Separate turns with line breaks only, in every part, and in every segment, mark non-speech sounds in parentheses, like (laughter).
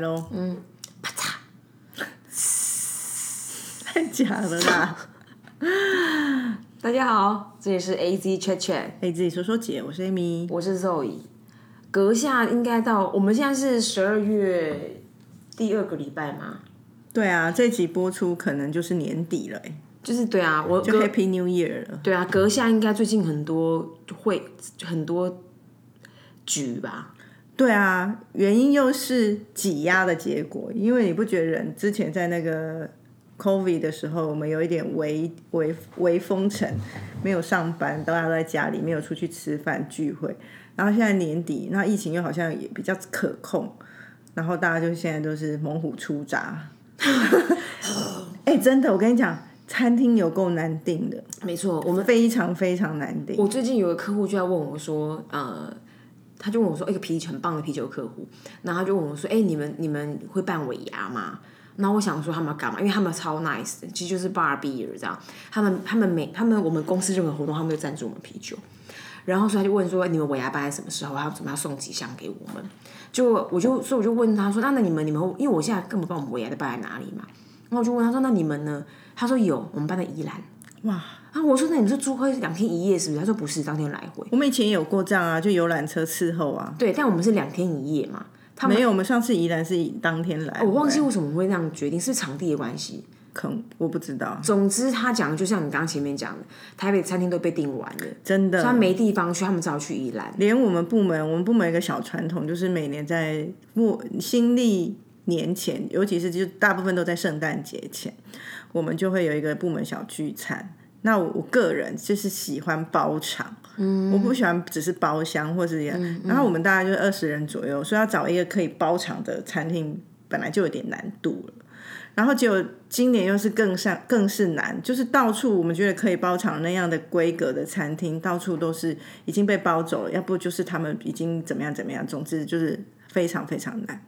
喽，
嗯，
(laughs) 太假了啦！
大家好，这里是 A Z Chat Chat，
哎，自己说说姐，我是 Amy，
我是 Zoe。阁下应该到，我们现在是十二月第二个礼拜嘛，
对啊，这集播出可能就是年底了、哎，
就是对啊，我
就
阁
Happy New Year 了。
对啊，阁下应该最近很多会很多局吧？
对啊，原因又是挤压的结果，因为你不觉得人之前在那个 COVID 的时候，我们有一点微微微封城，没有上班，大家都在家里，没有出去吃饭聚会。然后现在年底，那疫情又好像也比较可控，然后大家就现在都是猛虎出闸。 (laughs) 哎、真的，我跟你讲，餐厅有够难订的，
没错，我们
非常非常难订。
我最近有个客户就在问我说，呃，他就问我说，一个啤酒很棒的啤酒客户，然后他就问我说，哎、你们你们会办尾牙吗？然后我想说他们要干嘛？因为他们超 nice，的其实就是 bar beer 这样。他们他们每他们我们公司任何活动，他们都赞助我们啤酒。然后所以他就问说，你们尾牙办在什么时候？他们准备要送几箱给我们？就我就所以我就问他说，啊那那你们你们会因为我现在根本不知道我们尾牙的办在哪里嘛？然后我就问他说，那你们呢？他说有，我们办在宜兰。
哇，
啊，我说那你们是租会两天一夜是不是？他说不是，当天来回。
我们以前也有过这样啊，就游览车伺候啊。
对，但我们是两天一夜嘛。他们
没有，我们上次宜兰是当天来，
我忘记为什么会那样决定，是场地的关系。
可能我不知道，
总之，他讲的就像你刚刚前面讲的，台北餐厅都被订完了，
真的。
他没地方去，他们只好去宜兰。
连我们部门，我们部门有一个小传统，就是每年在末新历年前，尤其是就大部分都在圣诞节前，我们就会有一个部门小聚餐。那我我个人就是喜欢包场，嗯，我不喜欢只是包厢或是也，然后我们大概就是二十人左右，所以要找一个可以包场的餐厅，本来就有点难度了。然后结果今年又是更上更是难，就是到处我们觉得可以包场那样的规格的餐厅，到处都是已经被包走了，要不就是他们已经怎么样怎么样，总之就是非常非常难，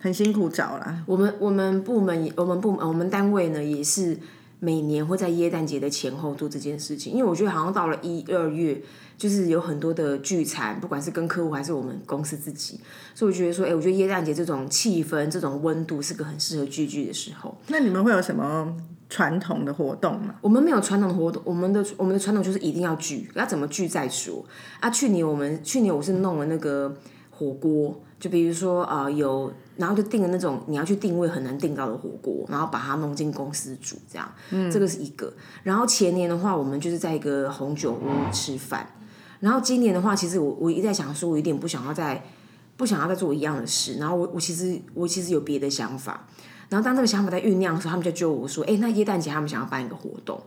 很辛苦找啦。
我们我们部门我们部门我们单位呢也是每年会在耶诞节的前后做这件事情，因为我觉得好像到了一二月，就是有很多的聚餐，不管是跟客户还是我们公司自己，所以我觉得说，哎、我觉得耶诞节这种气氛、这种温度是个很适合聚聚的时候。
那你们会有什么传统的活动吗？
我们没有传统的活动，我们的我们的传统就是一定要聚，要怎么聚再说啊。去年我们去年我是弄了那个火锅，就比如说呃有，然后就订了那种你要去定位很难订到的火锅，然后把它弄进公司煮这样，嗯，这个是一个。然后前年的话，我们就是在一个红酒屋吃饭，然后今年的话，其实我我一直在想说，我有点不想要再不想要再做一样的事，然后我我其实我其实有别的想法，然后当这个想法在酝酿的时候，他们就揪我说：“哎、那耶诞节他们想要办一个活动，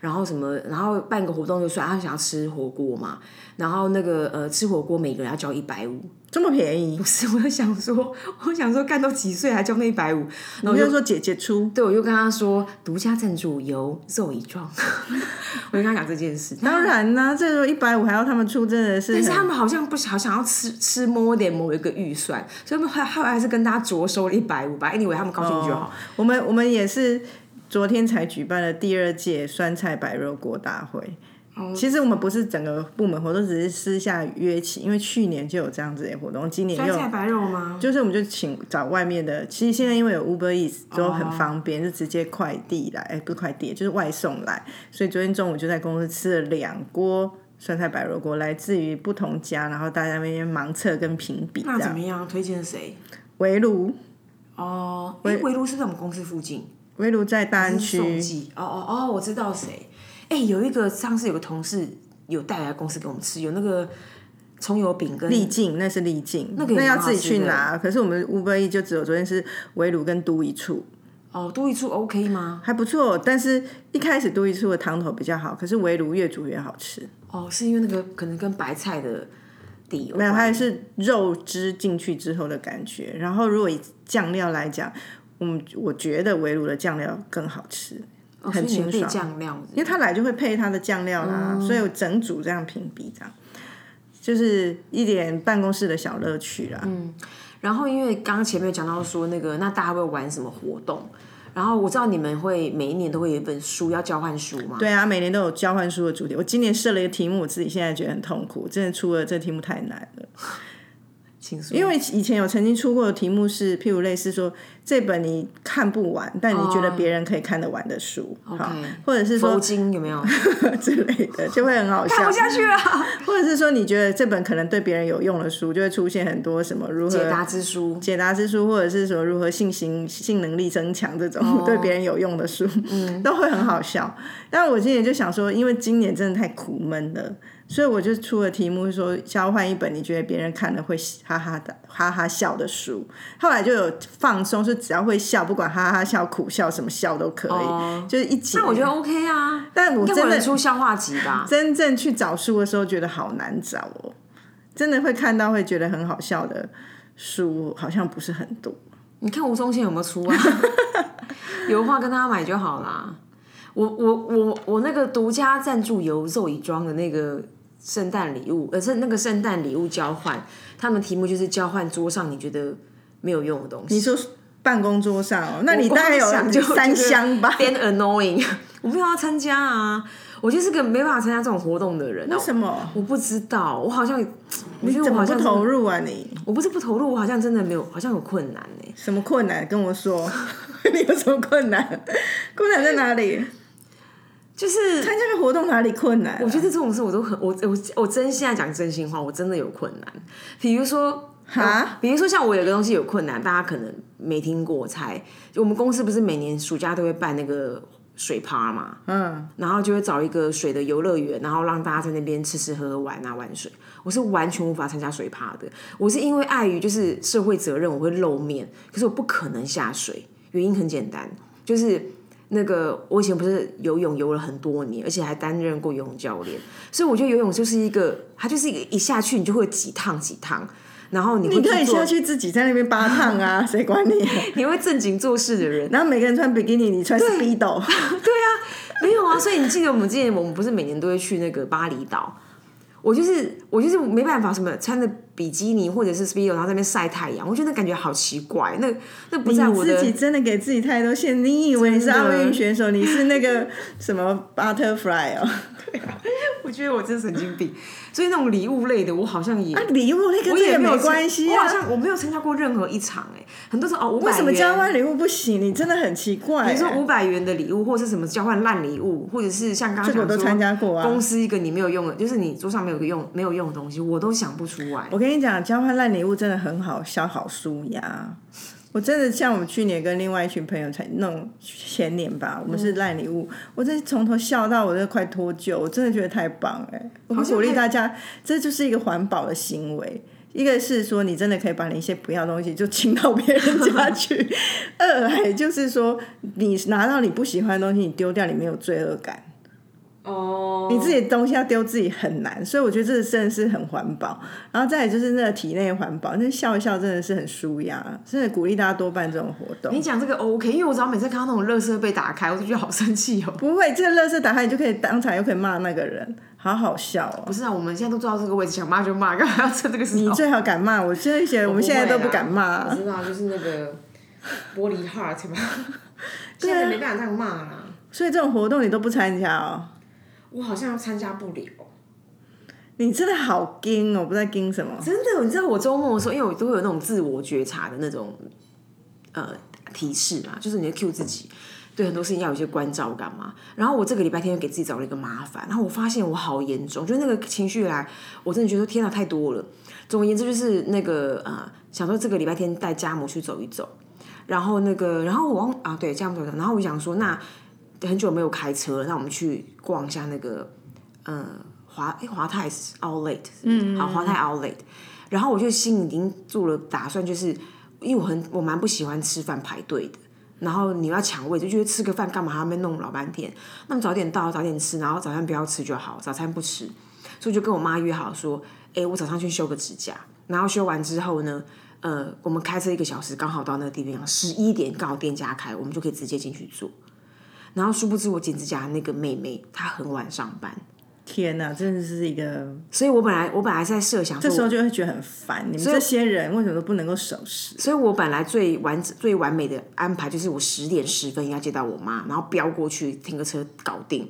然后什么，然后办一个活动就算他们想要吃火锅嘛，然后那个呃吃火锅每个人要交一百五。 (laughs)
这么便宜
不，是，我就想说，我想说，干都几岁还交那一百五？
我
然后我就
就说姐姐出，
对，我就跟他说，独家赞助由肉一壮， (laughs) 我就跟他讲这件事。
当然啦、这时候一百五还要他们出，真的是
但是
很
他们好像不想想要吃吃 more than 某一个预算，所以他们后后来还是跟大家着收了一百五吧。Anyway，他们高兴就好。
我们我们也是昨天才举办了第二届酸菜白肉锅大会。
哦
其实我们不是整个部门活动，只是私下约起，因为去年就有这样子的活动，今年
酸
又
菜白肉吗？
就是我们就请找外面的，其实现在因为有 Uber Eats 都很方
哦
便，就直接快递来，哎、不是快递，就是外送来。所以昨天中午就在公司吃了两锅酸菜白肉锅，来自于不同家，然后大家在那边盲测跟评比
那
这
怎
样。
么样？推荐谁？
围炉，
哦，哎，围炉是在我们公司附近，
围炉在大安
是宋
区，
记。哦哦哦，我知道谁。哎、有一个上次有个同事有带来公司给我们吃，有那个葱油饼跟
丽境那是丽境，
那个也
要
蛮好
自己
吃
去
的
拿。可是我们 Uber Eats 就只有昨天是围炉跟都一处，
哦多一处 OK 吗？
还不错。但是一开始都一处的汤头比较好，可是围炉越煮越好吃。
哦，是因为那个可能跟白菜的底有
没有，它
关
是肉汁进去之后的感觉。然后如果以酱料来讲，嗯，我觉得围炉的酱料更好吃，
哦、
很
所以你们
清
配
爽。
酱料哦
因为它来就会配它的酱料啦，所以我整组这样评比这样，就是一点办公室的小乐趣啦。
嗯然后因为刚刚前面有讲到说那个，那大家会玩什么活动？然后我知道你们会每一年都会有一本书要交换书嘛，
对啊，每年都有交换书的主题。我今年设了一个题目，我自己现在觉得很痛苦，真的出了这题目太难了。
请说。
因为以前有曾经出过的题目是，譬如类似说这本你看不完，但你觉得别人可以看得完的书，
哦
好，或者是 (laughs)
佛
说
经有没有
之类的，就会很好笑
(laughs) 看不。下去了？
或者是说你觉得这本可能对别人有用的书，就会出现很多什么如何
解答之书，
解答之书，或者是什么如何性行性能力增强这种、
哦
对别人有用的书，
嗯
都会很好笑。但我今年就想说，因为今年真的太苦闷了，所以我就出了题目是说交换一本你觉得别人看了会哈哈的哈哈笑的书。后来就有放松，是只要会笑，不管哈哈笑、苦笑什么笑都可以，
哦
就是一起。
那我觉得 OK 啊。
但我
应该有
真的
人出消化集吧？
真正去找书的时候，觉得好难找哦，真的会看到会觉得很好笑的书，好像不是很多。
(laughs) 你看吴宗宪有没有出啊？ (laughs) 有的话跟他买就好啦。我我我我那个独家赞助由肉乙装的那个圣诞礼物，呃，是那个圣诞礼物交换，他们题目就是交换桌上你觉得没有用的东西。
你说办公桌上哦，那你大概有
我光想就
三箱吧？
边 annoying，我 (laughs) 没有要参加啊，我就是个没办法参加这种活动的人、啊。
为什么？
我不知道，我好像，我觉得
怎
我好
么不
像
投入啊你？
我不是不投入，我好像真的没有，好像有困难欸呢、
什么困难？跟我
(laughs)
说，你有什么困难？困难在哪里？
就是
参加个活动哪里困难啊、
我觉得这种事我都很，我我我真现在讲真心话，我真的有困难。比如说，呃
哈，
比如说像我有个东西有困难，大家可能没听过，我猜就我们公司不是每年暑假都会办那个水趴嘛，
嗯，
然后就会找一个水的游乐园，然后让大家在那边吃吃喝喝玩啊玩水。我是完全无法参加水趴的，我是因为碍于就是社会责任，我会露面，可是我不可能下水。原因很简单，就是那个我以前不是游泳游了很多年，而且还担任过游泳教练，所以我觉得游泳就是一个，它就是一个一下去你就会有几趟几趟，然后你会
你可以
去做
下去自己在那边扒烫啊，谁管你？
你会正经做事的人，
然后每个人穿比基尼，你穿 speedo，
没有啊，所以你记得我们之前，我们不是每年都会去那个巴厘岛？我就是我就是没办法，什么穿着比基尼或者是 speedo，然后在那边晒太阳，我觉得那感觉好奇怪，那那不在
你
我的
自己真的给自己太多限。你以为你是
真的
奥运选手，你是那个什么 butterfly
(laughs)
哦？
啊我觉得我真神经病。所以那种礼物类的，我好像也、
啊，礼物那跟
我
这
也
个
没有
没
参
关系
我好
啊。
像我没有参加过任何一场哎、很多时候哦，
为
为
什么交换礼物不行？你真的很奇怪、
你说
欸
五百元的礼物，或是什么交换烂礼物，或者是像刚刚
这个我
讲
都
说
参加过啊
公司一个你没有用的，就是你桌上没有个用没有用的东西，我都想不出来。
我跟你讲，交换烂礼物真的很好消好舒压。我真的像我们去年跟另外一群朋友才弄前年吧，我们是烂礼物，我真的从头笑到我真的快脱臼，我真的觉得太棒哎、我
好
们
像
鼓励
可以
大家，这就是一个环保的行为。一个是说你真的可以把你一些不要的东西就清到别人家去，二来就是说你拿到你不喜欢的东西，你丢掉你没有罪恶感。
哦，
你自己的东西要丢自己很难，所以我觉得这真的是很环保。然后再来就是那个体内环保，那笑一笑真的是很舒压，真的鼓励大家多办这种活动。
你讲这个 OK，因为我只要每次看到那种垃圾被打开，我就觉得好生气哦。
不会，这个垃圾打开你就可以当场又可以骂那个人，好好笑哦。
不是啊，我们现在都坐到这个位置，想骂就骂，干嘛要趁这个时
你
候？
最好敢骂，我真的
啊
觉得我们现在都不敢骂、
我知道，就是那个玻璃 heart
(laughs)
吧，现在没
啊
办法这样骂啦。
所以这种活动你都不参加哦。
我好像参加不了，
你真的好惊哦，不知道惊什么。
真的，你知道我周末的时候，因为我都会有那种自我觉察的那种呃提示嘛，就是你会 cue 自己对很多事情要有一些关照干嘛。然后我这个礼拜天又给自己找了一个麻烦，然后我发现我好严重，就是那个情绪来，我真的觉得天哪太多了。总而言之，就是那个呃，想说这个礼拜天带家母去走一走，然后那个，然后我忘啊对家母走一走，然后我想说那很久没有开车了，那我们去逛一下那个呃华诶华泰 Outlet，嗯，好华泰 Outlet。然后我就心已经做了打算，就是因为我很我蛮不喜欢吃饭排队的，然后你要抢位，就觉得吃个饭干嘛还要被弄老半天？那么早点到，早点吃，然后早餐不要吃就好，早餐不吃，所以我就跟我妈约好说，诶，我早上去修个指甲，然后修完之后呢。呃，我们开车一个小时，刚好到那个地方，十一点刚好店家开，我们就可以直接进去做。然后殊不知我剪指甲的那个妹妹，她很晚上班，
天哪，真的是一个，
所以我本来我本来在设想
这
说
时候就会觉得很烦。你们这些人为什么都不能够守时？
所以我本来最完最完美的安排就是我十点十分应该接到我妈，然后飙过去停个车搞定。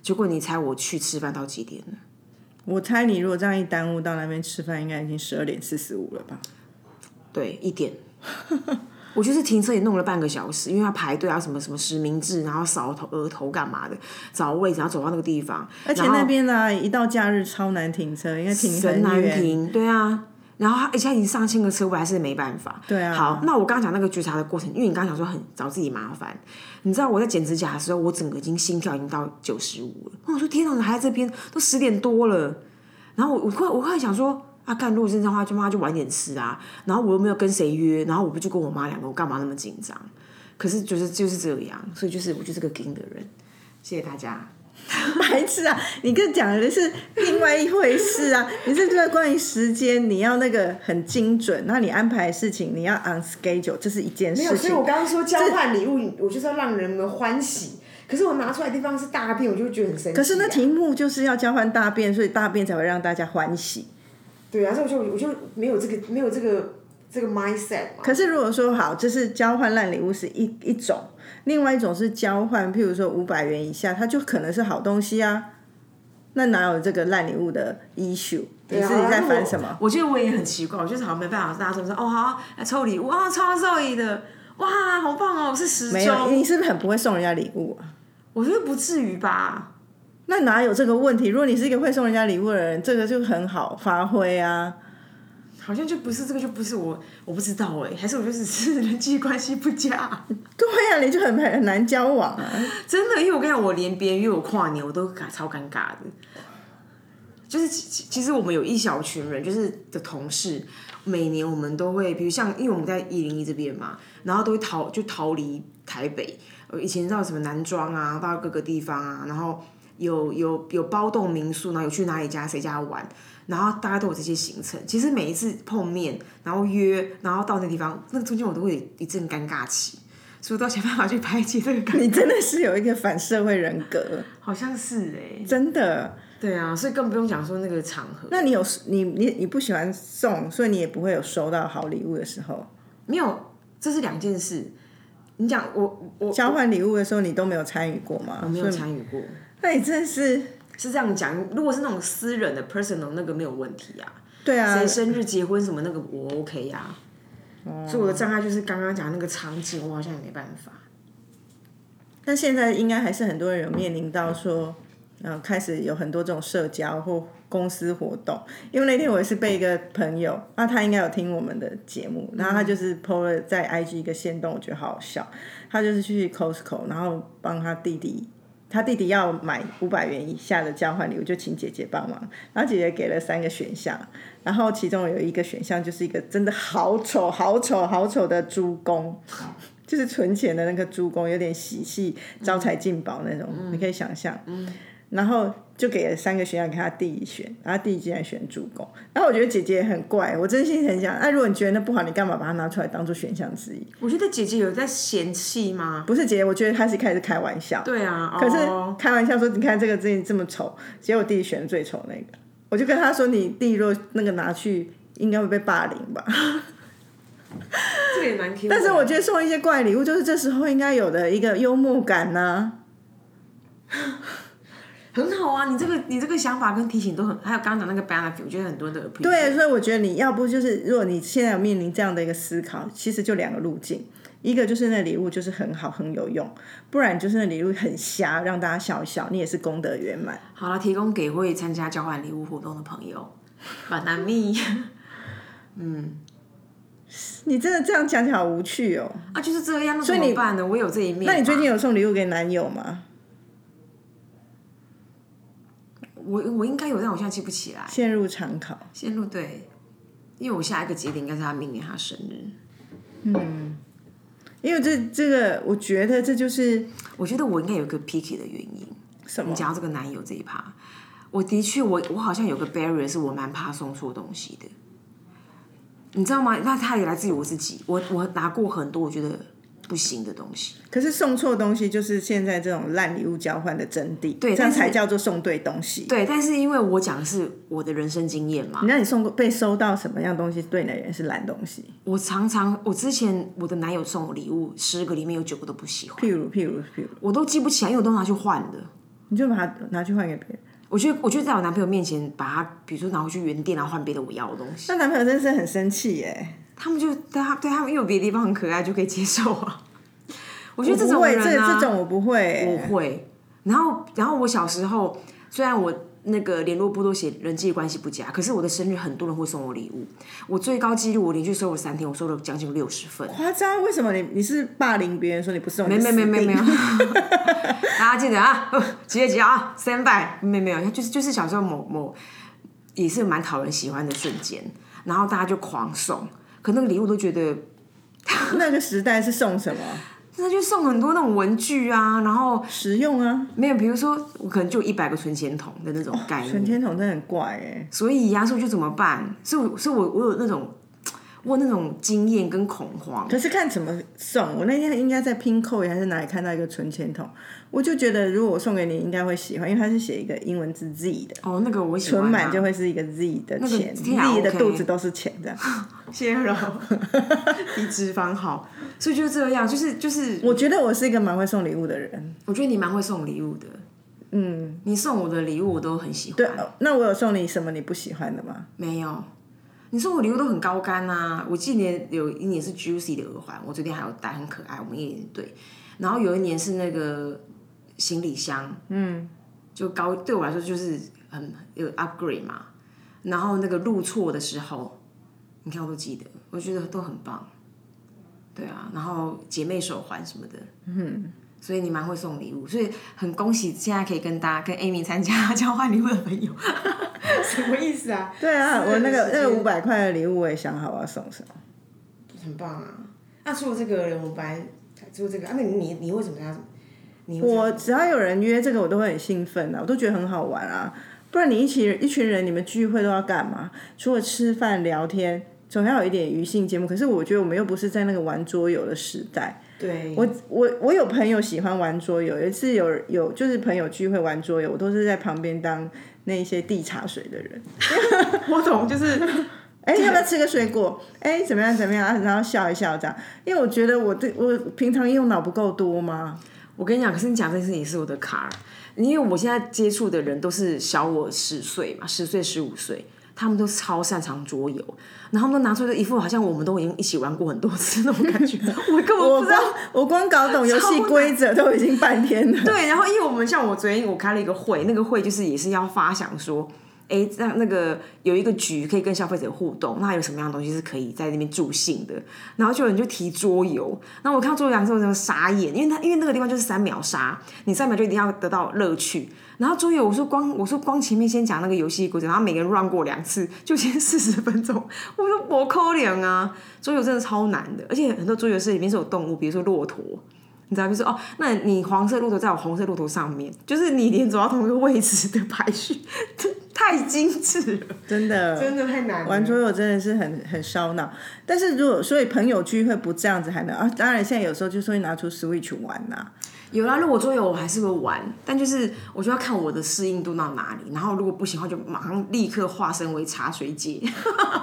结果你猜我去吃饭到几点了？
我猜你如果这样一耽误到那边吃饭，应该已经十二点四十五了吧？
对，一点。我就是停车也弄了半个小时，因为要排队啊，什么什么实名制，然后扫头额头干嘛的，找位置，然后走到那个地方，
而且
然后
那边呢、一到假日超难停车，因为停
神
很
难
远。
停，对啊。然后他，而且他已经上千个车位，还是没办法。
对啊
好，那我刚刚讲那个觉察的过程，因为你刚刚讲说很找自己麻烦，你知道我在剪指甲的时候，我整个已经心跳已经到九十五了。我说天哪，你还在这边，都十点多了。然后我我快我快想说啊，干，如果是这样的话，就妈就晚点吃啊。然后我又没有跟谁约，然后我不就跟我妈两个，我干嘛那么紧张？可是就是就是这样，所以就是我就是个硬的人。谢谢大家。
(laughs) 白痴啊！你跟讲的是另外一回事
(laughs)
啊！你是在关于时间，你要那个很精准，那你安排事情，你要 on schedule，这是一件
没有，
事
所以
情
我。刚刚说交换礼物，我就是要让人们欢喜。可是我拿出来的地方是大便，我就会觉得很生气啊、
可是那题目就是要交换大便，所以大便才会让大家欢喜。
对啊，所以我就我就没有这个没有这个这个 mindset 嘛。
可是如果说好，这是交换烂礼物是一一种，另外一种是交换，譬如说五百元以下，它就可能是好东西啊。那哪有这个烂礼物的 issue？你自己在烦什么？
啊我觉得我也很奇怪，我就是好像没办法，大家说说哦好啊，来抽礼物啊，抽到肉姨的，哇，好棒哦，是时
没有，
钟，
你是不是很不会送人家礼物啊？
我觉得不至于吧。
那哪有这个问题？如果你是一个会送人家礼物的人，这个就很好发挥啊。
好像就不是这个，就不是我，我不知道哎、还是我就只是 (laughs) 人际关系不佳，
对呀、你就很很难交往啊。
真的，因为我跟你讲，我连别人约我跨年，我都感超尴尬的。就是其其其实我们有一小群人，就是的同事，每年我们都会，比如像因为我们在一零一这边嘛，然后都会逃就逃离台北，呃以前到什么南庄啊，到各个地方啊，然后有有有包栋民宿，然后有去哪里家谁家玩，然后大家都有这些行程。其实每一次碰面，然后约，然后到那地方，那中间我都会有一阵尴尬期，所以我都要想办法去排解这个尴尬。
你真的是有一个反社会人格，
好像是哎、
真的。
对啊，所以更不用讲说那个场合。
那你有你你你不喜欢送，所以你也不会有收到好礼物的时候。
没有，这是两件事。你讲我我
交换礼物的时候，你都没有参与过吗？
我没
所
有
以
参与过，
那你真的是
是这样讲。如果是那种私人的 personal 那个没有问题啊，
对啊
谁，生日、结婚什么那个我 OK 呀、啊。所以我的障碍就是刚刚讲那个场景，我好像也没办法。
但现在应该还是很多人有面临到说，呃，开始有很多这种社交或公司活动。因为那天我也是被一个朋友，那他应该有听我们的节目，然后他就是 PO 了在 IG 一个线动，我觉得好好笑。他就是去 Costco，然后帮他弟弟。他弟弟要买五百元以下的交换礼物，就请姐姐帮忙。然后姐姐给了三个选项，然后其中有一个选项就是一个真的好丑、好丑、好丑的猪公，就是存钱的那个猪公，有点喜气、招财进宝那种，你可以想象。然后就给了三个选项给他弟弟选，然后他弟弟竟然选主攻。然后我觉得姐姐也很怪，我真心很想，哎那、如果你觉得那不好，你干嘛把它拿出来当做选项之一？
我觉得姐姐有在嫌弃吗？
不是姐姐，我觉得她是一开始开玩笑，
对啊，
可是
哦
开玩笑说你看这个自己这么丑，结果我弟弟选了最丑那个，我就跟他说你弟弟若那个拿去，应该会被霸凌吧。
这个也蛮 Q 的。
但是我觉得送一些怪礼物，就是这时候应该有的一个幽默感啊呐、
很好啊，你这个你这个想法跟提醒都很，还有刚刚讲那个 benefit，我觉得很多人都有 appreciate。
对，所以我觉得你要不就是，如果你现在有面临这样的一个思考，其实就两个路径，一个就是那礼物就是很好很有用，不然就是那礼物很瞎，让大家笑一笑，你也是功德圆
(laughs)
满。
好了，提供给会参加交换礼物活动的朋友， (laughs) 板南蜜
你真的这样讲起来好无趣哦。
啊，就是这样，那
所
怎
以你
么办呢？我有这一面嘛。
那你最近有送礼物给男友吗？
我我应该有，但我现在记不起来。
陷入长考。
陷入对，因为我下一个节点应该是他明年他生日。
因为这这个，我觉得这就是
我觉得我应该有一个 picky 的原因。
什
你
么？
讲到这个男友这一趴，我的确，我我好像有个 barrier 是我蛮怕送错东西的，你知道吗？那他也来自于我自己，我我拿过很多我觉得不行的东西。
可是送错东西就是现在这种烂礼物交换的真谛，
对
这样
但是
才叫做送对东西。
对，但是因为我讲的是我的人生经验嘛，
那你送过被收到什么样东西对你而言是烂东西？
我常常，我之前我的男友送我礼物，十个里面有九个都不喜欢，
譬如譬如譬如，
我都记不起来，因为我都拿去换的。
你就把它拿去换给别人。
我觉得，我觉得在我男朋友面前把它，比如说拿回去原店，然后换别的我要的东西，
那男朋友真是很生气耶！
他们就对他对他们，因为别的地方很可爱，就可以接受啊。 (laughs) 我觉
我
得这
不
种
会，
人
这
啊，
这种我不会耶。
我会。然后，然后我小时候虽然我那个联络簿都写人际关系不佳，可是我的生日很多人会送我礼物。我最高纪录，我连续收了三天，我收了将近六十份。
夸张？为什么你你是霸凌别人说你不送？
没
你
没
是
没没
死
没
定
有，大家记得啊， (laughs) 几月几号啊，stand by。没没有，就是就是小时候某某也是蛮讨人喜欢的瞬间，然后大家就狂送，可那个礼物都觉得
(laughs) 那个时代是送什么？
那就送很多那种文具啊，然后
实用啊，
没有，比如说我可能就一百个存钱筒的那种概念
哦存，钱筒真的很怪哎。
所以压缩就怎么办？所以我所以我我有那种我有那种经验跟恐慌，
可是看怎么送，我那天应该在拼扣还是哪里看到一个存钱筒，我就觉得如果我送给你，应该会喜欢，因为它是写一个英文字 Z 的，
哦，那个我喜欢、
存
啊，
满就会是一个 Z 的
那个
钱、
听起来
z 的
OK
肚子都是钱这样。
谢 (laughs) 柔，比脂肪好，所以就这样，就是就是，
我觉得我是一个蛮会送礼物的人，
我觉得你蛮会送礼物的，嗯，你送我的礼物我都很喜欢，
对，呃那我有送你什么你不喜欢的吗？
没有，你送我礼物都很高干啊！我记得有一年是 Juicy 的耳环，我昨天还有戴，很可爱，我们也对。然后有一年是那个行李箱，嗯，就高对我来说就是很有 upgrade 嘛。然后那个入错的时候，你看我都记得，我觉得都很棒。对啊，然后姐妹手环什么的，嗯，所以你蛮会送礼物，所以很恭喜现在可以跟大家跟 Amy 参加 (laughs) 交换礼物的朋
(laughs)
友，什么意思啊？
对啊，
私人
我那个
时
那
间
个五百块的礼物我也想好我要送什么。
很棒啊！那除了这个人，我本来除了这个啊，那你你为什么要？你为什么
我只要有人约这个，我都会很兴奋啊，我都觉得很好玩啊。不然你一起一群人，你们聚会都要干嘛？除了吃饭聊天，总要有一点娱性节目。可是我觉得我们又不是在那个玩桌游的时代。
对
我我我有朋友喜欢玩桌游，有一次有有就是朋友聚会玩桌游，我都是在旁边当那些递茶水的人。
我懂，就是
哎、要不要吃个水果？哎、怎么样怎么样？啊然后笑一笑这样，因为我觉得我对我平常用脑不够多吗？
我跟你讲，可是你讲这件事情是我的坎儿，因为我现在接触的人都是小我十岁嘛，十岁十五岁，他们都超擅长桌游，然后他们都拿出一副好像我们都已经一起玩过很多次那种感觉，我根本
我
不知道
光。我光搞懂游戏规则都已经半天了。
对，然后因为我们像我昨天我开了一个会，那个会就是也是要发想说，哎，让那个有一个局可以跟消费者互动，那有什么样的东西是可以在那边助兴的？然后就有人就提桌游，那我看到桌游两个字我真的傻眼，因为它因为那个地方就是三秒杀，你三秒就一定要得到乐趣。然后桌游，我说光我说光前面先讲那个游戏规则，然后每个人 run 过两次，就先四十分钟，我说我扣脸啊！桌游真的超难的，而且很多桌游是里面是有动物，比如说骆驼，你知道，就说哦，那你黄色骆驼在我红色骆驼上面，就是你连走到同一个位置的排序， (laughs) 这太精致了，
真的，
真的太难
玩
了。
桌游真的是很很烧脑。但是如果所以朋友聚会不这样子还能啊，当然现在有时候就是会拿出 Switch 玩啊呐、
有啦，如果桌游我还是会玩，但就是我就要看我的适应度到哪里，然后如果不行的话，就马上立刻化身为茶水姐。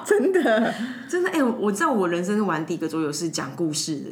真的。
(laughs) 真的哎、欸我我知道我人生玩第一个桌游是讲故事的，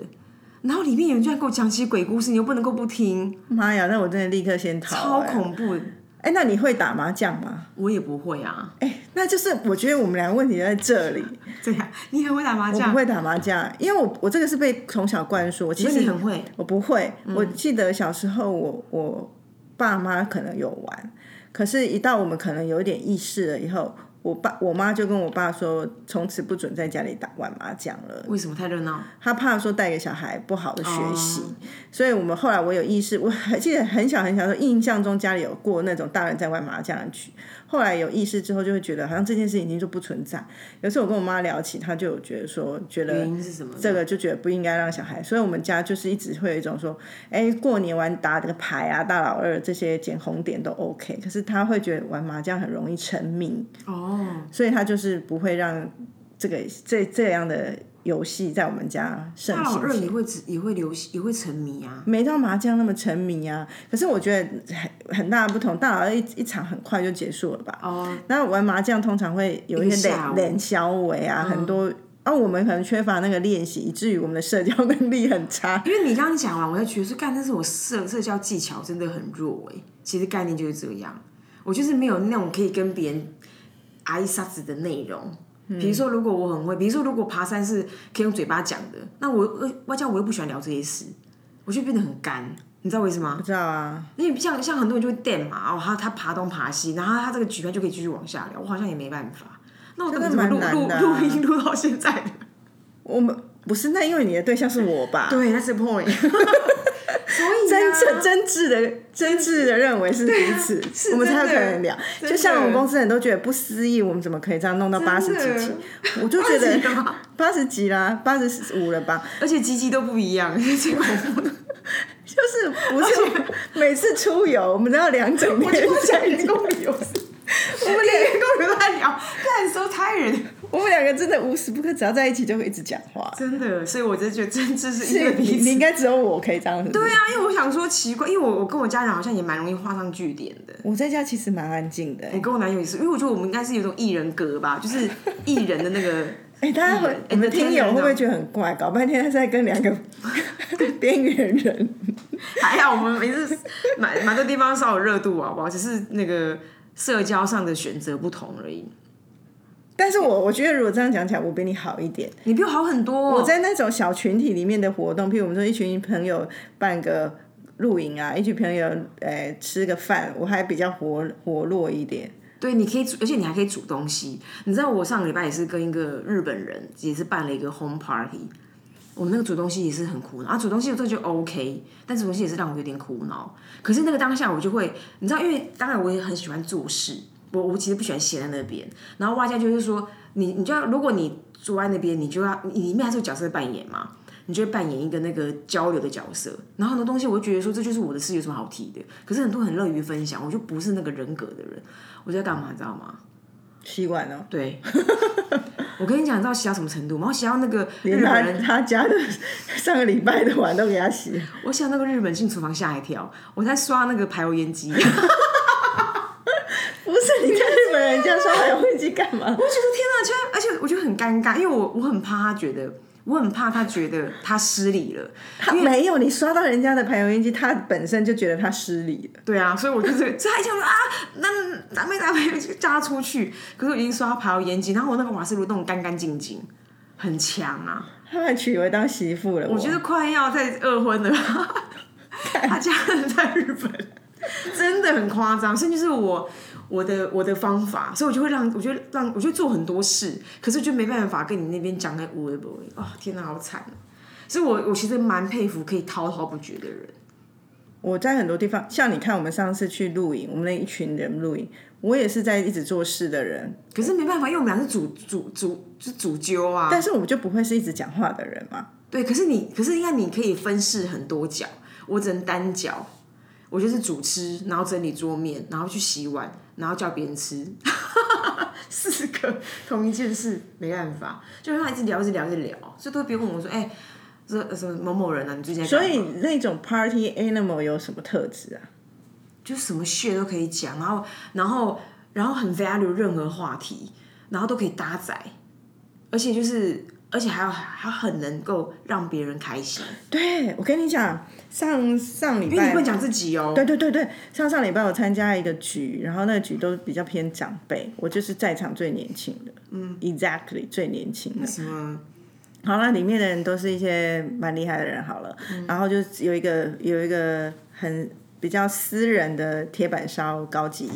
然后里面有人居然给我讲起鬼故事，你又不能够不听，
妈呀，那我真的立刻先逃、
超
哎
恐怖。
哎、那你会打麻将吗？
我也不会啊，
哎、那就是我觉得我们俩问题就在这里。
对啊呀、你很会打麻
我不
将，
会打麻将，因为我我这个是被从小灌输。我其
其实
实
你很会，
我不会，我记得小时候我我爸妈可能有玩，可是一到我们可能有一点意识了以后，我爸我妈就跟我爸说，从此不准在家里打玩麻将了。
为什么太热闹？
他怕说带给小孩不好的学习，所以我们后来我有意识，我还记得很小很小的时候，印象中家里有过那种大人在玩麻将的局。后来有意识之后，就会觉得好像这件事情已经就不存在。有次我跟我妈聊起，她就有觉得说，觉得
原因是什么？
这个就觉得不应该让小孩，所以我们家就是一直会有一种说，哎，过年玩打这个牌啊、大老二这些捡红点都 OK，可是他会觉得玩麻将很容易沉迷，
哦，
所以他就是不会让这个这这样的游戏在我们家盛
大老
行
二
起来。
也会只也会流行也会沉迷啊。
没到麻将那么沉迷啊，可是我觉得很很大的不同，大老二一一场很快就结束了吧？
哦，
那玩麻将通常会有一
一个
些
下
冷
午嗯
冷消围啊，很多。啊，我们可能缺乏那个练习，以至于我们的社交能力很
(laughs)
差。
因为你刚刚欸讲完，我才觉得说，干，但是我社社交技巧真的很弱哎、其实概念就是这样。我我就是没有那种可以跟别人挨沙子的内容。
嗯
比如说，如果我很会，比如说如果爬山是可以用嘴巴讲的，那我呃外加我又不喜欢聊这些事，我就变得很干，你知道为什么
不
吗？
知道啊，
因为像像很多人就会垫嘛，哦，他他爬东爬西，然后他这个举牌就可以继续往下聊，我好像也没办法。那我到底
真
怎
的
么录
蛮
录
难的
录
啊
音录到现在的？
我们不是那因为你的对象是我吧？
对，That's 啊 the point。所以、
真
啊、
正真挚的、真挚的认为是彼此，
(laughs) 是
我们才有
真
可
的
能聊。
真
就像我们
的
公司人都觉得不思议，我们怎么可以这样弄到八十几集？我就觉
80
得
集了吗
八十集啦，八十五了吧？
而且鸡鸡都不一样， (laughs) 最恐怖的。
就是不是 (laughs) 每次出游，我们都要两整
我就
天
不想
在一
员
起。
工旅游，我们连员工旅游都在聊，看 so tired，
我们两个真的无时不刻，只要在一起就会一直讲话。
真的，所以我真的觉得真知是因
是
为
你，
彼
你应
此。
该只有我可以这样子。
对啊，因为我想说奇怪，因为我我跟我家人好像也蛮容易画上句点的。
我在家其实蛮安静的、
我跟我男友也是，因为我觉得我们应该是有种艺人格吧，就是艺人的
(laughs)
那个
哎、大家会
嗯
你们听友会不
entertainment 啊
会觉得很怪？搞半天他是在跟两个 (laughs) 边缘人。
还好我们每次蛮蛮多地方稍有热度好不好？只是那个社交上的选择不同而已。
但是我我觉得如果这样讲起来，我比你好一点。
你比我好很多、哦，
我在那种小群体里面的活动，譬如我们说一群朋友办个露营啊，一群朋友呃吃个饭，我还比较活活络一点。
对，你可以煮，而且你还可以煮东西。你知道我上个礼拜也是跟一个日本人，也是办了一个 home party。我们那个煮东西也是很苦恼啊，煮东西我都觉得 OK，但煮东西也是让我有点苦恼。可是那个当下我就会，你知道，因为当然我也很喜欢做事，我我其实不喜欢闲在那边。然后外加就是说，你你就要，如果你坐在那边，你就要你里面还是有角色扮演嘛，你就会扮演一个那个交流的角色。然后很多东西我就觉得说这就是我的事，有什么好提的？可是很多人很乐于分享，我就不是那个人格的人。我在干嘛，你知道吗？
洗碗哦，
对，我跟你讲，你知道洗到什么程度吗？我洗到那个
连
日
他
本人，
他家的上个礼拜的碗都给他洗。
我洗到那个日本进厨房吓一跳，我在刷那个排油烟机，我觉 (laughs) 得天
不是你看日本人这样说还会去干嘛？
哪，居然而且我觉得很尴尬，因为我我很怕他觉得。我很怕他觉得他失礼了，
(laughs) 他没有，你刷到人家的排油烟机，他本身就觉得他失礼了。
对啊，所以我就是， (laughs) 所以他一想说啊，那打妹打妹就叫他出去，可是我已经刷排油烟机，然后我那个瓦斯炉弄得干干净净，很强啊，
他还娶回当媳妇了。我
我觉得快要再二婚了， (laughs) 他家人在日本，真的很夸张。甚至是我我的我的方法，所以我就会让我就会让我就做很得做很多事，可是就没办法跟你那边讲那无微不微。哦，天哪，好惨啊！所以我我其实蛮佩服可以滔滔不绝的人。
我在很多地方，像你看，我们上次去露营，我们那一群人露营，我也是在一直做事的人，
可是没办法，因为我们俩是主主主是主揪啊。
但是我就不会是一直讲话的人嘛。
对，可是你，可是应该你可以分饰很多角，我只能单角，我就是主吃，然后整理桌面，然后去洗碗，然后叫别人吃， (laughs) 四个同一件事，没办法，就让他一直聊，一直聊，一直聊，所以都会别人问我说，哎、这什么某某人啊，你最近在干
所
嘛
以那种 party animal 有什么特质啊？
就什么血都可以讲，然后然后然后很 value 任何话题，然后都可以搭载，而且就是而且还有还很能够让别人开心，
对，我跟你讲，上上礼
因为你
拜
不能讲自己哦。
对对对对，上上礼拜我参加一个局，然后那个局都比较偏长辈，我就是在场最年轻的，嗯，exactly 最年轻的。
什么？
好那里面的人都是一些蛮厉害的人，好了，
嗯
然后就有一个有一个很比较私人的铁板烧高级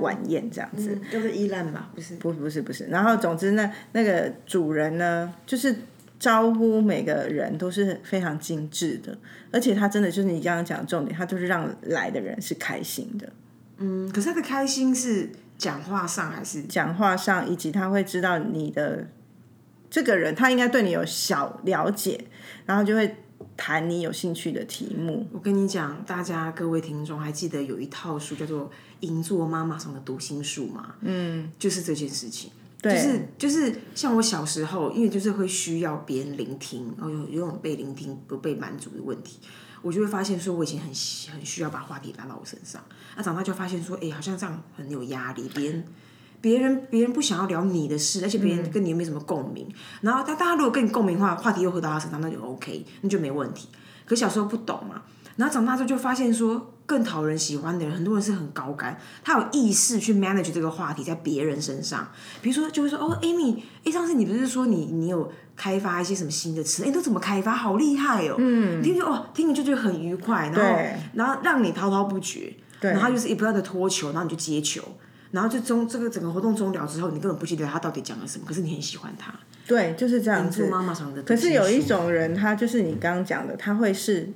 晚宴这样子。
嗯，就是依烂吧，不是？
不不是不是，然后总之那那个主人呢，就是招呼每个人都是非常精致的，而且他真的就是你刚刚讲的重点，他就是让来的人是开心的，
嗯，可是他的开心是讲话上还是？
讲话上以及他会知道你的这个人，他应该对你有小了解，然后就会谈你有兴趣的题目。
我跟你讲，大家各位听众还记得有一套书叫做《银座妈妈上的读心术》吗？嗯，就是这件事情。就是就是像我小时候，因为就是会需要别人聆听，然后有有种被聆听不被满足的问题，我就会发现说，我以前很喜很需要把话题拉到我身上，那、长大就发现说，哎、好像这样很有压力，别人别人别人不想要聊你的事，而且别人跟你又没什么共鸣，然后但大家如果跟你共鸣的话，话题又回到他身上，那就 OK，那就没问题。可小时候不懂嘛，然后长大之后就发现说，更讨人喜欢的人，很多人是很高干，他有意识去 manage 这个话题在别人身上。比如说，就会说哦，Amy，哎，上次你不是说你你有开发一些什么新的词？哎，都怎么开发？好厉害哦！嗯，你听就哦，听你就觉得很愉快，然
对
后然后让你滔滔不绝，然后就是一不断的拖球，然后你就接球。然后就中这个整个活动终了之后，你根本不记得他到底讲了什么，可是你很喜欢他。
对，就是这样
做
子。
妈妈常的，
可是有一种人，他就是你刚刚讲的，他会是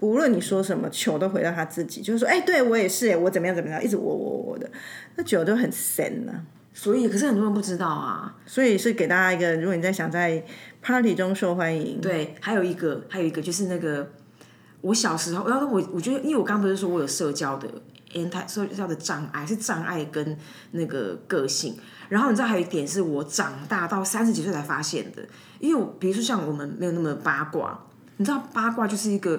无论你说什么，球都回到他自己，就是说，哎、对我也是、哎，我怎么样怎么样，一直我我我的，那久了就很神了、
所以可是很多人不知道啊。
所以是给大家一个，如果你在想在 party 中受欢迎，
对，还有一个，还有一个就是那个，我小时候，然后我我觉得，因为我刚不是说我有社交的 anti 社交的障碍，是障碍跟那个个性。然后你知道还有一点是我长大到三十几岁才发现的，因为我比如说像我们没有那么八卦，你知道八卦就是一个。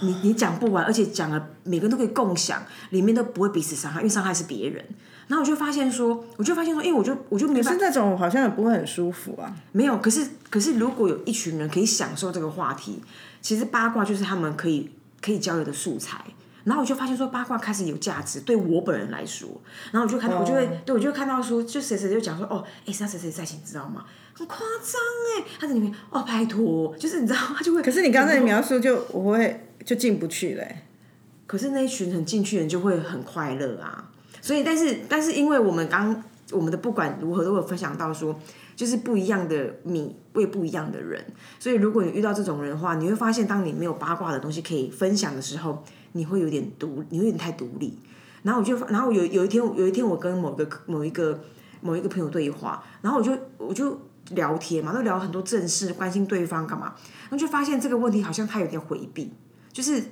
你你讲不完，而且讲了每个人都可以共享，里面都不会彼此伤害，因为伤害是别人。然后我就发现说，我就发现说，因为我就我就没办
可
法
是那种好像也不会很舒服啊。
没有，可是可是如果有一群人可以享受这个话题，其实八卦就是他们可以可以交流的素材。然后我就发现说八卦开始有价值，对我本人来说，然后我就
哦
看到、我就会对我就会看到说，就谁谁就讲说哦，哎，谁谁谁在一起，你知道吗？很夸张哎、他在里面哦，拜托，就是你知道他就会。
可是你刚
嗯
才的描述就我会就进不去嘞、
可是那一群很进去的人就会很快乐啊。所以，但是但是，因为我们刚我们的不管如何都有分享到说，就是不一样的米为不一样的人，所以如果你遇到这种人的话，你会发现，当你没有八卦的东西可以分享的时候，你会有点独，你会有点太独立。然后我就，然后有有一天，有一天我跟某个某一个某一个朋友对话，然后我就我就聊天嘛，都聊很多正事，关心对方干嘛，然后就发现这个问题好像他有点回避，就是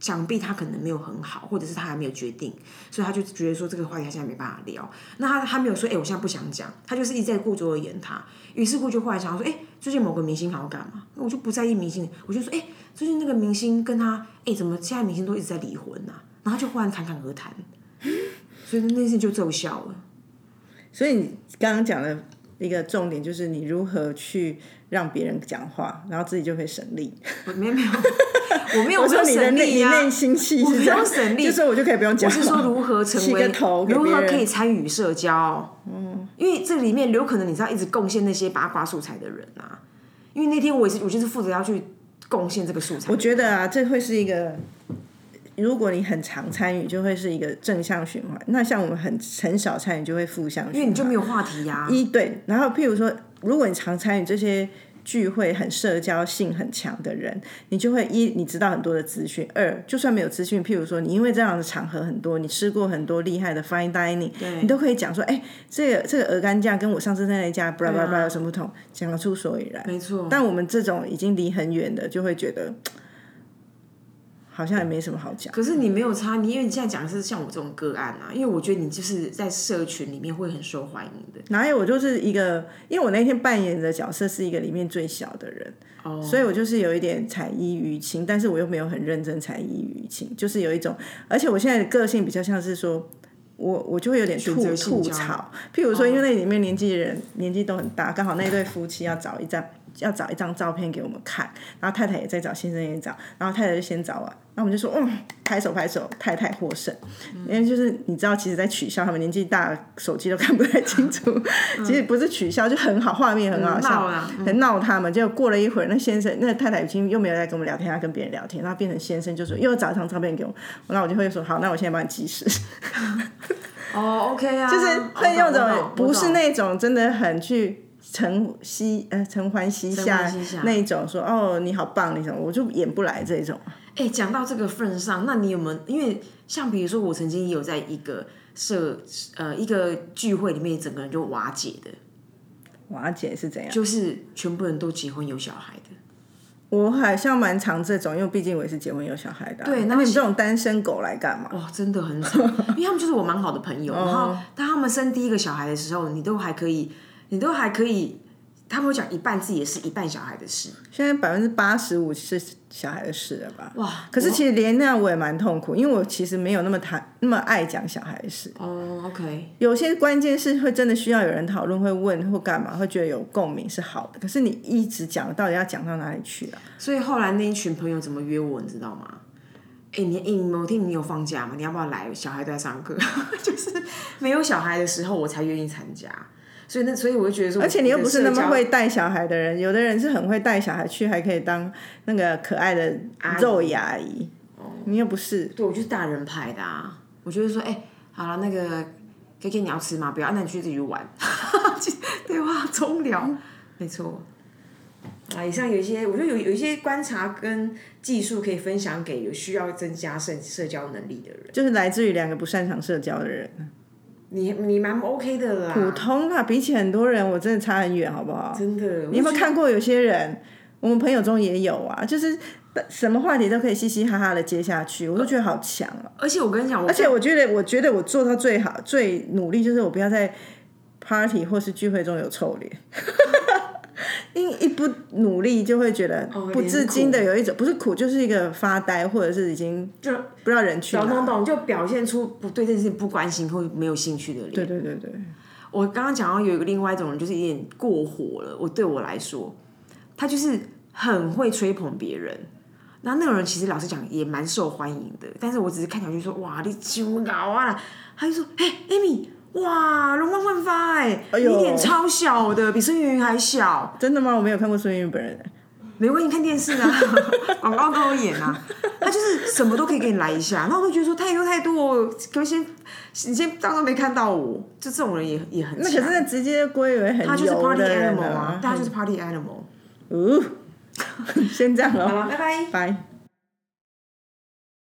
想必他可能没有很好，或者是他还没有决定，所以他就觉得说这个话题他现在没办法聊。那他他没有说，哎、我现在不想讲，他就是一直在顾左右而言他。于是乎就忽然想到说，哎、最近某个明星好像干嘛？那我就不在意明星，我就说，哎、最近那个明星跟他，哎、怎么现在明星都一直在离婚呐、然后他就忽然侃侃而谈，所以那件事就奏效了。
所以你刚刚讲的一个重点就是你如何去让别人讲话，然后自己就会省力。
我没有没有，我没有
(laughs)
啊
我说你的
省
内
力
你
呀、
内心戏
我
是
不
这样
用省力
就是我就可以不用讲
我
话。(laughs)
是说如何成
起
为
个头给
如
别
何
人
可以参与社交，嗯，因为这里面有可能你知道一直贡献那些八卦素材的人啊，因为那天我也是我就是负责要去贡献这个素材
我，觉得啊，这会是一个，如果你很常参与，就会是一个正向循环。那像我们很很少参与，就会负向循环。
因为你就没有话题呀、
一对，然后譬如说，如果你常参与这些聚会，很社交性很强的人，你就会一你知道很多的资讯；二就算没有资讯，譬如说你因为这样的场合很多，你吃过很多厉害的 fine dining，你都可以讲说，哎、这个这个鹅肝酱跟我上次在那家 blah blah blah 有什么不同，讲得出所以然。
没错，
但我们这种已经离很远的，就会觉得好像也没什么好讲。
可是你没有差，你因为你现在讲的是像我这种个案啊，因为我觉得你就是在社群里面会很受欢迎的，
哪有我就是一个，因为我那天扮演的角色是一个里面最小的人，
哦
所以我就是有一点才艺于情，但是我又没有很认真才艺于情，就是有一种，而且我现在的个性比较像是说。我我就会有点
选
吐
择性
吐
交哦
槽，譬如说，因为那里面年纪的人、年纪都很大，刚好那对夫妻要找一张要找一张照片给我们看，然后太太也在找，先生也找，然后太太就先找啊，那我们就说，嗯，拍手拍手，太太获胜，因为就是你知道，其实在取笑他们年纪大，手机都看不太清
(laughs)
楚，其实不是取笑，就很好，画面很好笑，
嗯闹啊
很闹他们。结果过了一会儿，那先生那太太已经又没有在跟我们聊天，她跟别人聊天，然后变成先生就说又找一张照片给我，那我就会说好，那我现在帮你计
(laughs)
时，
哦，OK 啊，
就是会用
我懂我
种
懂
不是那种真的很去。承嬉呃承欢膝
承
下
欢膝下
那一种说哦你好棒那种我就演不来这种
哎、讲到这个份上，那你有没有？因为像比如说，我曾经也有在一个社呃一个聚会里面，整个人就瓦解的，
瓦姐是怎样？
就是全部人都结婚有小孩的。
我好像蛮常这种，因为毕竟我也是结婚有小孩的、啊。
对那
那你这种单身狗来干嘛？
哇，真的很惨，因为他们就是我蛮好的朋友。然后当他们生第一个小孩的时候，你都还可以，你都还可以，他们会讲一半自己的事，一半小孩的事。
现在百分之八十五是小孩的事了吧？
哇
可是其实连那样我也蛮痛苦，因为我其实没有那么谈那么爱讲小孩的事。
哦，OK，
有些关键是会真的需要有人讨论，会问或干嘛，会觉得有共鸣是好的。可是你一直讲，到底要讲到哪里去啊？
所以后来那一群朋友怎么约我，你知道吗？哎、你哎、你某天你有放假吗？你要不要来？小孩都在上课， (laughs) 就是没有小孩的时候我才愿意参加。所以那所以我就觉得说，
而且你又不是那
我的社
么
交
会带小孩的人，有的人是很会带小孩去，还可以当那个可爱的肉牙姨。
哦
你又不是，
对，我就是大人派的啊。我就会说，哎、好了，那个 K K 你要吃吗？不要，啊那你去自己去玩。 (laughs) 对哇，中疗，没错。啊，以上有一些，我觉得有有一些观察跟技术可以分享给有需要增加社社交能力的人。
就是来自于两个不擅长社交的人，
你你蛮 OK 的啦，
普通啊，比起很多人，我真的差很远，好不好？
真的。
你有没有看过有些人，我们朋友中也有啊，就是什么话题都可以嘻嘻哈哈的接下去，我都觉得好强哦、
而且我跟你嗯讲，我
而且我觉得，我觉得我做到最好、最努力，就是我不要在 party 或是聚会中有臭脸。 (laughs) 因一不努力，就会觉得
嗯哦
不自禁的有一种、不是苦，就是一个发呆，或者是已经
就
不知道人去
懂
哪。
懂懂，就表现出不对这件事情不关心或没有兴趣的脸。
对对对对，
我刚刚讲到有一个另外一种人，就是有点过火了。我对我来说，他就是很会吹捧别人。那那种人其实老实讲也蛮受欢迎的，但是我只是看上去说哇，你真搞啊啦！他就说，哎、a m y 哇，容光焕发哎、
哎
你
呦
脸超小的，比孙芸芸还小。
真的吗？我没有看过孙运本人，
没关系，看电视啊， (laughs) 广告都有演啊，他就是什么都可以给你来一下。然后我就觉得说太多太多，可不可以先你先当做没看到我，就这种人也也很
那可
强
是那直接归为很
他就是
油
party 啊
的人
animal 啊，大家就是 party animal。
(laughs) 哦，先这样
好
哦，
了，拜拜。
拜。